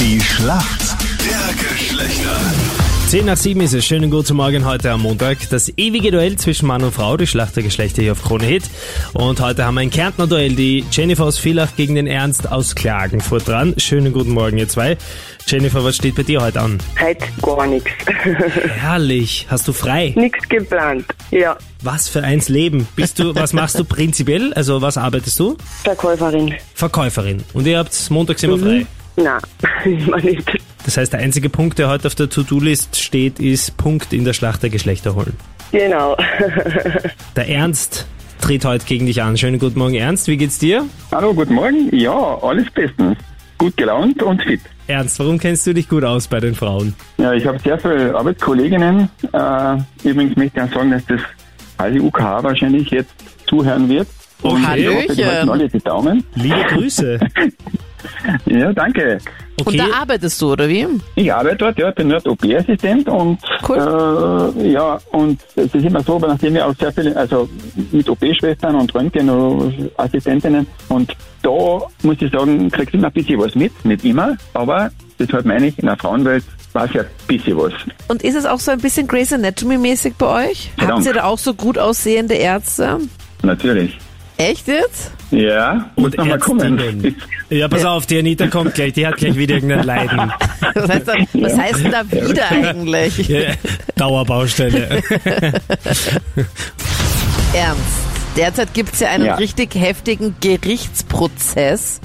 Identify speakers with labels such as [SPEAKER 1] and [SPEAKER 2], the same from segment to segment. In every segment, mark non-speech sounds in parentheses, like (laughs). [SPEAKER 1] Die Schlacht der Geschlechter.
[SPEAKER 2] 10 nach 7 ist es. Schönen guten Morgen heute am Montag. Das ewige Duell zwischen Mann und Frau, die Schlacht der Geschlechter hier auf Krone Hit. Und heute haben wir ein Kärntner Duell, die Jennifer aus Villach gegen den Ernst aus Klagenfurt dran. Schönen guten Morgen, ihr zwei. Jennifer, was steht bei dir heute an?
[SPEAKER 3] Heute gar nichts. (laughs)
[SPEAKER 2] Herrlich, hast du frei?
[SPEAKER 3] Nichts geplant. Ja,
[SPEAKER 2] Was für eins Leben. Bist du, was machst du prinzipiell? Also, was arbeitest du?
[SPEAKER 3] Verkäuferin.
[SPEAKER 2] Verkäuferin. Und ihr habt montags immer frei.
[SPEAKER 3] (laughs) Na, immer nicht.
[SPEAKER 2] Das heißt, der einzige Punkt, der heute auf der To-Do-List steht, ist Punkt in der Schlacht der Geschlechter holen.
[SPEAKER 3] Genau. (laughs)
[SPEAKER 2] Der Ernst tritt heute gegen dich an. Schönen guten Morgen, Ernst. Wie geht's dir?
[SPEAKER 4] Hallo, guten Morgen. Ja, alles bestens. Gut gelaunt und fit.
[SPEAKER 2] Ernst, warum kennst du dich gut aus bei den Frauen?
[SPEAKER 4] Ja, ich habe sehr viele Arbeitskolleginnen. Äh, übrigens möchte ich auch sagen, dass das alte UK wahrscheinlich jetzt zuhören wird. Und ich hoffe, die halten alle die Daumen.
[SPEAKER 2] Liebe (laughs) Grüße.
[SPEAKER 4] Ja, danke.
[SPEAKER 5] Und
[SPEAKER 2] Okay,
[SPEAKER 5] da arbeitest du, oder wie?
[SPEAKER 4] Ich arbeite dort, ja, bin dort OP-Assistent und äh, ja, und es ist immer so, aber nachdem wir auch sehr viele, also mit OP-Schwestern und Röntgenassistentinnen und da muss ich sagen, kriegst du immer ein bisschen was mit, nicht immer, aber deshalb meine ich, in der Frauenwelt war es ja ein bisschen was.
[SPEAKER 5] Und ist es auch so ein bisschen Grey's Anatomy-mäßig bei euch?
[SPEAKER 4] Verdammt.
[SPEAKER 5] Habt ihr da auch so gut aussehende Ärzte?
[SPEAKER 4] Natürlich.
[SPEAKER 5] Echt jetzt?
[SPEAKER 4] Ja, muss nochmal kommen.
[SPEAKER 2] Ärztinnen. Ja, pass auf, die Anita kommt gleich. Die hat gleich wieder irgendein (laughs) Leiden.
[SPEAKER 5] (laughs) Was heißt, da, was heißt denn da wieder eigentlich?
[SPEAKER 2] Ja, Dauerbaustelle.
[SPEAKER 5] Ernst. Derzeit gibt es ja einen
[SPEAKER 4] Ja.
[SPEAKER 5] richtig heftigen Gerichtsprozess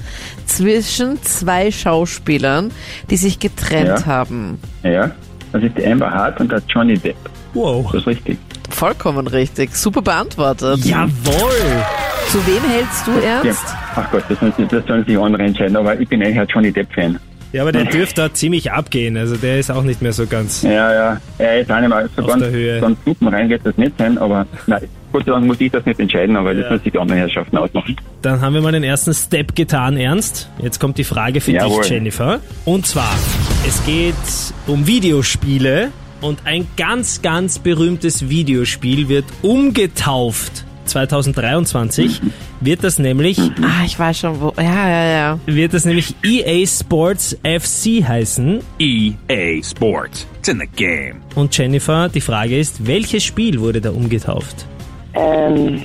[SPEAKER 5] zwischen zwei Schauspielern, die sich getrennt
[SPEAKER 4] Ja.
[SPEAKER 5] haben.
[SPEAKER 4] (laughs) Ja, das ist die Amber Hart und der Johnny Depp.
[SPEAKER 2] Wow.
[SPEAKER 4] Das ist richtig.
[SPEAKER 5] Vollkommen richtig. Super beantwortet.
[SPEAKER 2] Jawohl.
[SPEAKER 5] Zu wem hältst du
[SPEAKER 4] Ja.
[SPEAKER 5] ernst?
[SPEAKER 4] Ach Gott, das, müssen- das sollen sich andere entscheiden, aber ich bin eigentlich ein Johnny Depp-Fan.
[SPEAKER 2] Ja, aber der dürfte da ziemlich abgehen. Also der ist auch nicht mehr so ganz.
[SPEAKER 4] Ja, ja. Er ist auch nicht mehr so
[SPEAKER 2] Auf
[SPEAKER 4] ganz,
[SPEAKER 2] der Höhe.
[SPEAKER 4] ganz Lupen rein wird das nicht sein, aber nein, Gott sei Dank muss ich das nicht entscheiden, aber das
[SPEAKER 2] Ja.
[SPEAKER 4] müssen die anderen Herrschaften ausmachen.
[SPEAKER 2] Dann haben wir mal den ersten Step getan, Ernst. Jetzt kommt die Frage für
[SPEAKER 4] Jawohl.
[SPEAKER 2] dich, Jennifer. Und zwar, es geht um Videospiele und ein ganz, ganz berühmtes Videospiel wird umgetauft. 2023 wird das nämlich,
[SPEAKER 5] Ah, ich weiß schon wo. Ja, ja, ja.
[SPEAKER 2] wird das nämlich EA Sports FC heißen.
[SPEAKER 1] EA E Sports. It's in the game.
[SPEAKER 2] Und Jennifer, die Frage ist, welches Spiel wurde da umgetauft?
[SPEAKER 3] Ähm,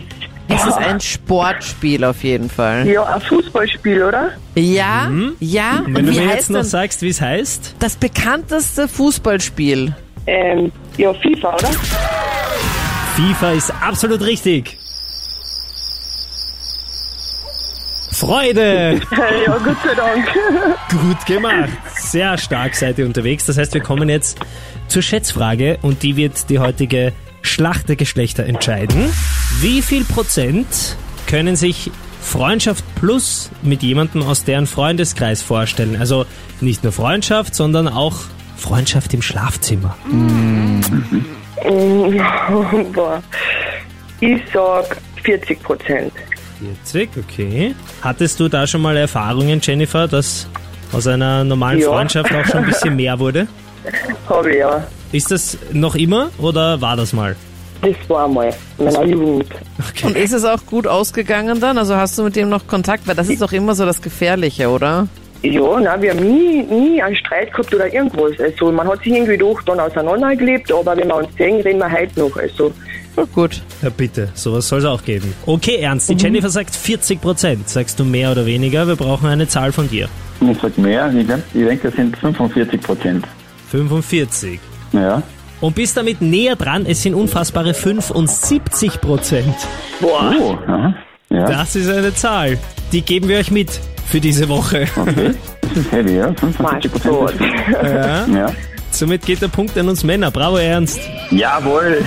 [SPEAKER 5] Es ist ein Sportspiel auf jeden Fall.
[SPEAKER 3] ja, ein Fußballspiel, oder?
[SPEAKER 5] Ja, ja.
[SPEAKER 2] Mhm. Wenn
[SPEAKER 5] Und
[SPEAKER 2] du
[SPEAKER 5] wie
[SPEAKER 2] mir
[SPEAKER 5] heißt
[SPEAKER 2] jetzt noch
[SPEAKER 5] denn
[SPEAKER 2] sagst, wie es heißt,
[SPEAKER 5] das bekannteste Fußballspiel?
[SPEAKER 3] Ähm, ja, FIFA, oder?
[SPEAKER 2] FIFA ist absolut richtig. Freude!
[SPEAKER 3] (laughs) ja, Gott sei Dank.
[SPEAKER 2] (laughs)
[SPEAKER 3] (laughs)
[SPEAKER 2] Gut gemacht. Sehr stark seid ihr unterwegs. Das heißt, wir kommen jetzt zur Schätzfrage und die wird die heutige Schlacht der Geschlechter entscheiden. Wie viel Prozent können sich Freundschaft plus mit jemandem aus deren Freundeskreis vorstellen? Also nicht nur Freundschaft, sondern auch Freundschaft im Schlafzimmer.
[SPEAKER 3] Ähm, Boah. Ich sag 40 Prozent.
[SPEAKER 2] 40, okay. Hattest du da schon mal Erfahrungen, Jennifer, dass aus einer normalen
[SPEAKER 3] Ja.
[SPEAKER 2] Freundschaft auch schon ein bisschen mehr wurde?
[SPEAKER 3] Habe ich ja.
[SPEAKER 2] Ist das noch immer oder war das mal?
[SPEAKER 3] Das war mal in meiner Jugend.
[SPEAKER 5] Und ist es auch gut ausgegangen dann? Also hast du mit dem noch Kontakt? Weil das ist doch immer so das Gefährliche, oder?
[SPEAKER 3] Ja, na, wir haben nie, nie einen Streit gehabt oder irgendwas. Also, man hat sich irgendwie doch dann auseinandergelebt, aber wenn wir uns sehen, reden wir halt noch. Also,
[SPEAKER 5] Na gut.
[SPEAKER 2] Ja, bitte, sowas soll es auch geben. Okay, Ernst, die Jennifer sagt 40 Prozent. Sagst du mehr oder weniger? Wir brauchen eine Zahl von dir.
[SPEAKER 4] Und ich sag mehr, ich denke, ich denk, das sind 45 Prozent.
[SPEAKER 2] 45.
[SPEAKER 4] Ja.
[SPEAKER 2] Und bist damit näher dran, es sind unfassbare 75 Prozent.
[SPEAKER 3] boah.
[SPEAKER 4] Oh, aha. Ja,
[SPEAKER 2] Das ist eine Zahl. Die geben wir euch mit für diese Woche.
[SPEAKER 4] okay. Das ist heavy, ja. 45
[SPEAKER 3] Mein Gott.
[SPEAKER 4] Prozent.
[SPEAKER 2] ne?
[SPEAKER 4] Ja.
[SPEAKER 2] Somit geht der Punkt an uns Männer. Bravo, Ernst.
[SPEAKER 4] Jawohl.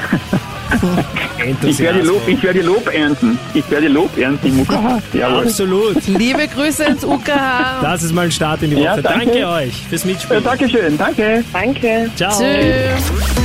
[SPEAKER 4] Ich werde Lob, ich werde Lob ernten. Ich werde Lob ernten im UKH. Jawohl.
[SPEAKER 2] Absolut.
[SPEAKER 5] Liebe Grüße ins UKH.
[SPEAKER 2] Das ist mal ein Start in die Woche.
[SPEAKER 4] Ja, danke.
[SPEAKER 2] danke. euch fürs
[SPEAKER 4] Äh,
[SPEAKER 2] Mitspielen.
[SPEAKER 4] Dankeschön, danke.
[SPEAKER 3] Danke.
[SPEAKER 2] Ciao.
[SPEAKER 5] Tschüss.